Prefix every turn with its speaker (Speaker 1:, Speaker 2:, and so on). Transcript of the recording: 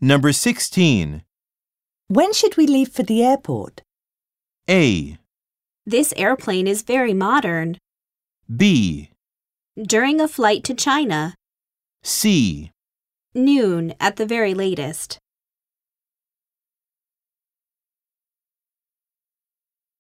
Speaker 1: Number 16.
Speaker 2: When should we leave for the airport?
Speaker 1: A,
Speaker 3: This airplane is very modern.
Speaker 1: B,
Speaker 3: During a flight to China,
Speaker 1: C.
Speaker 3: noon at the very latest.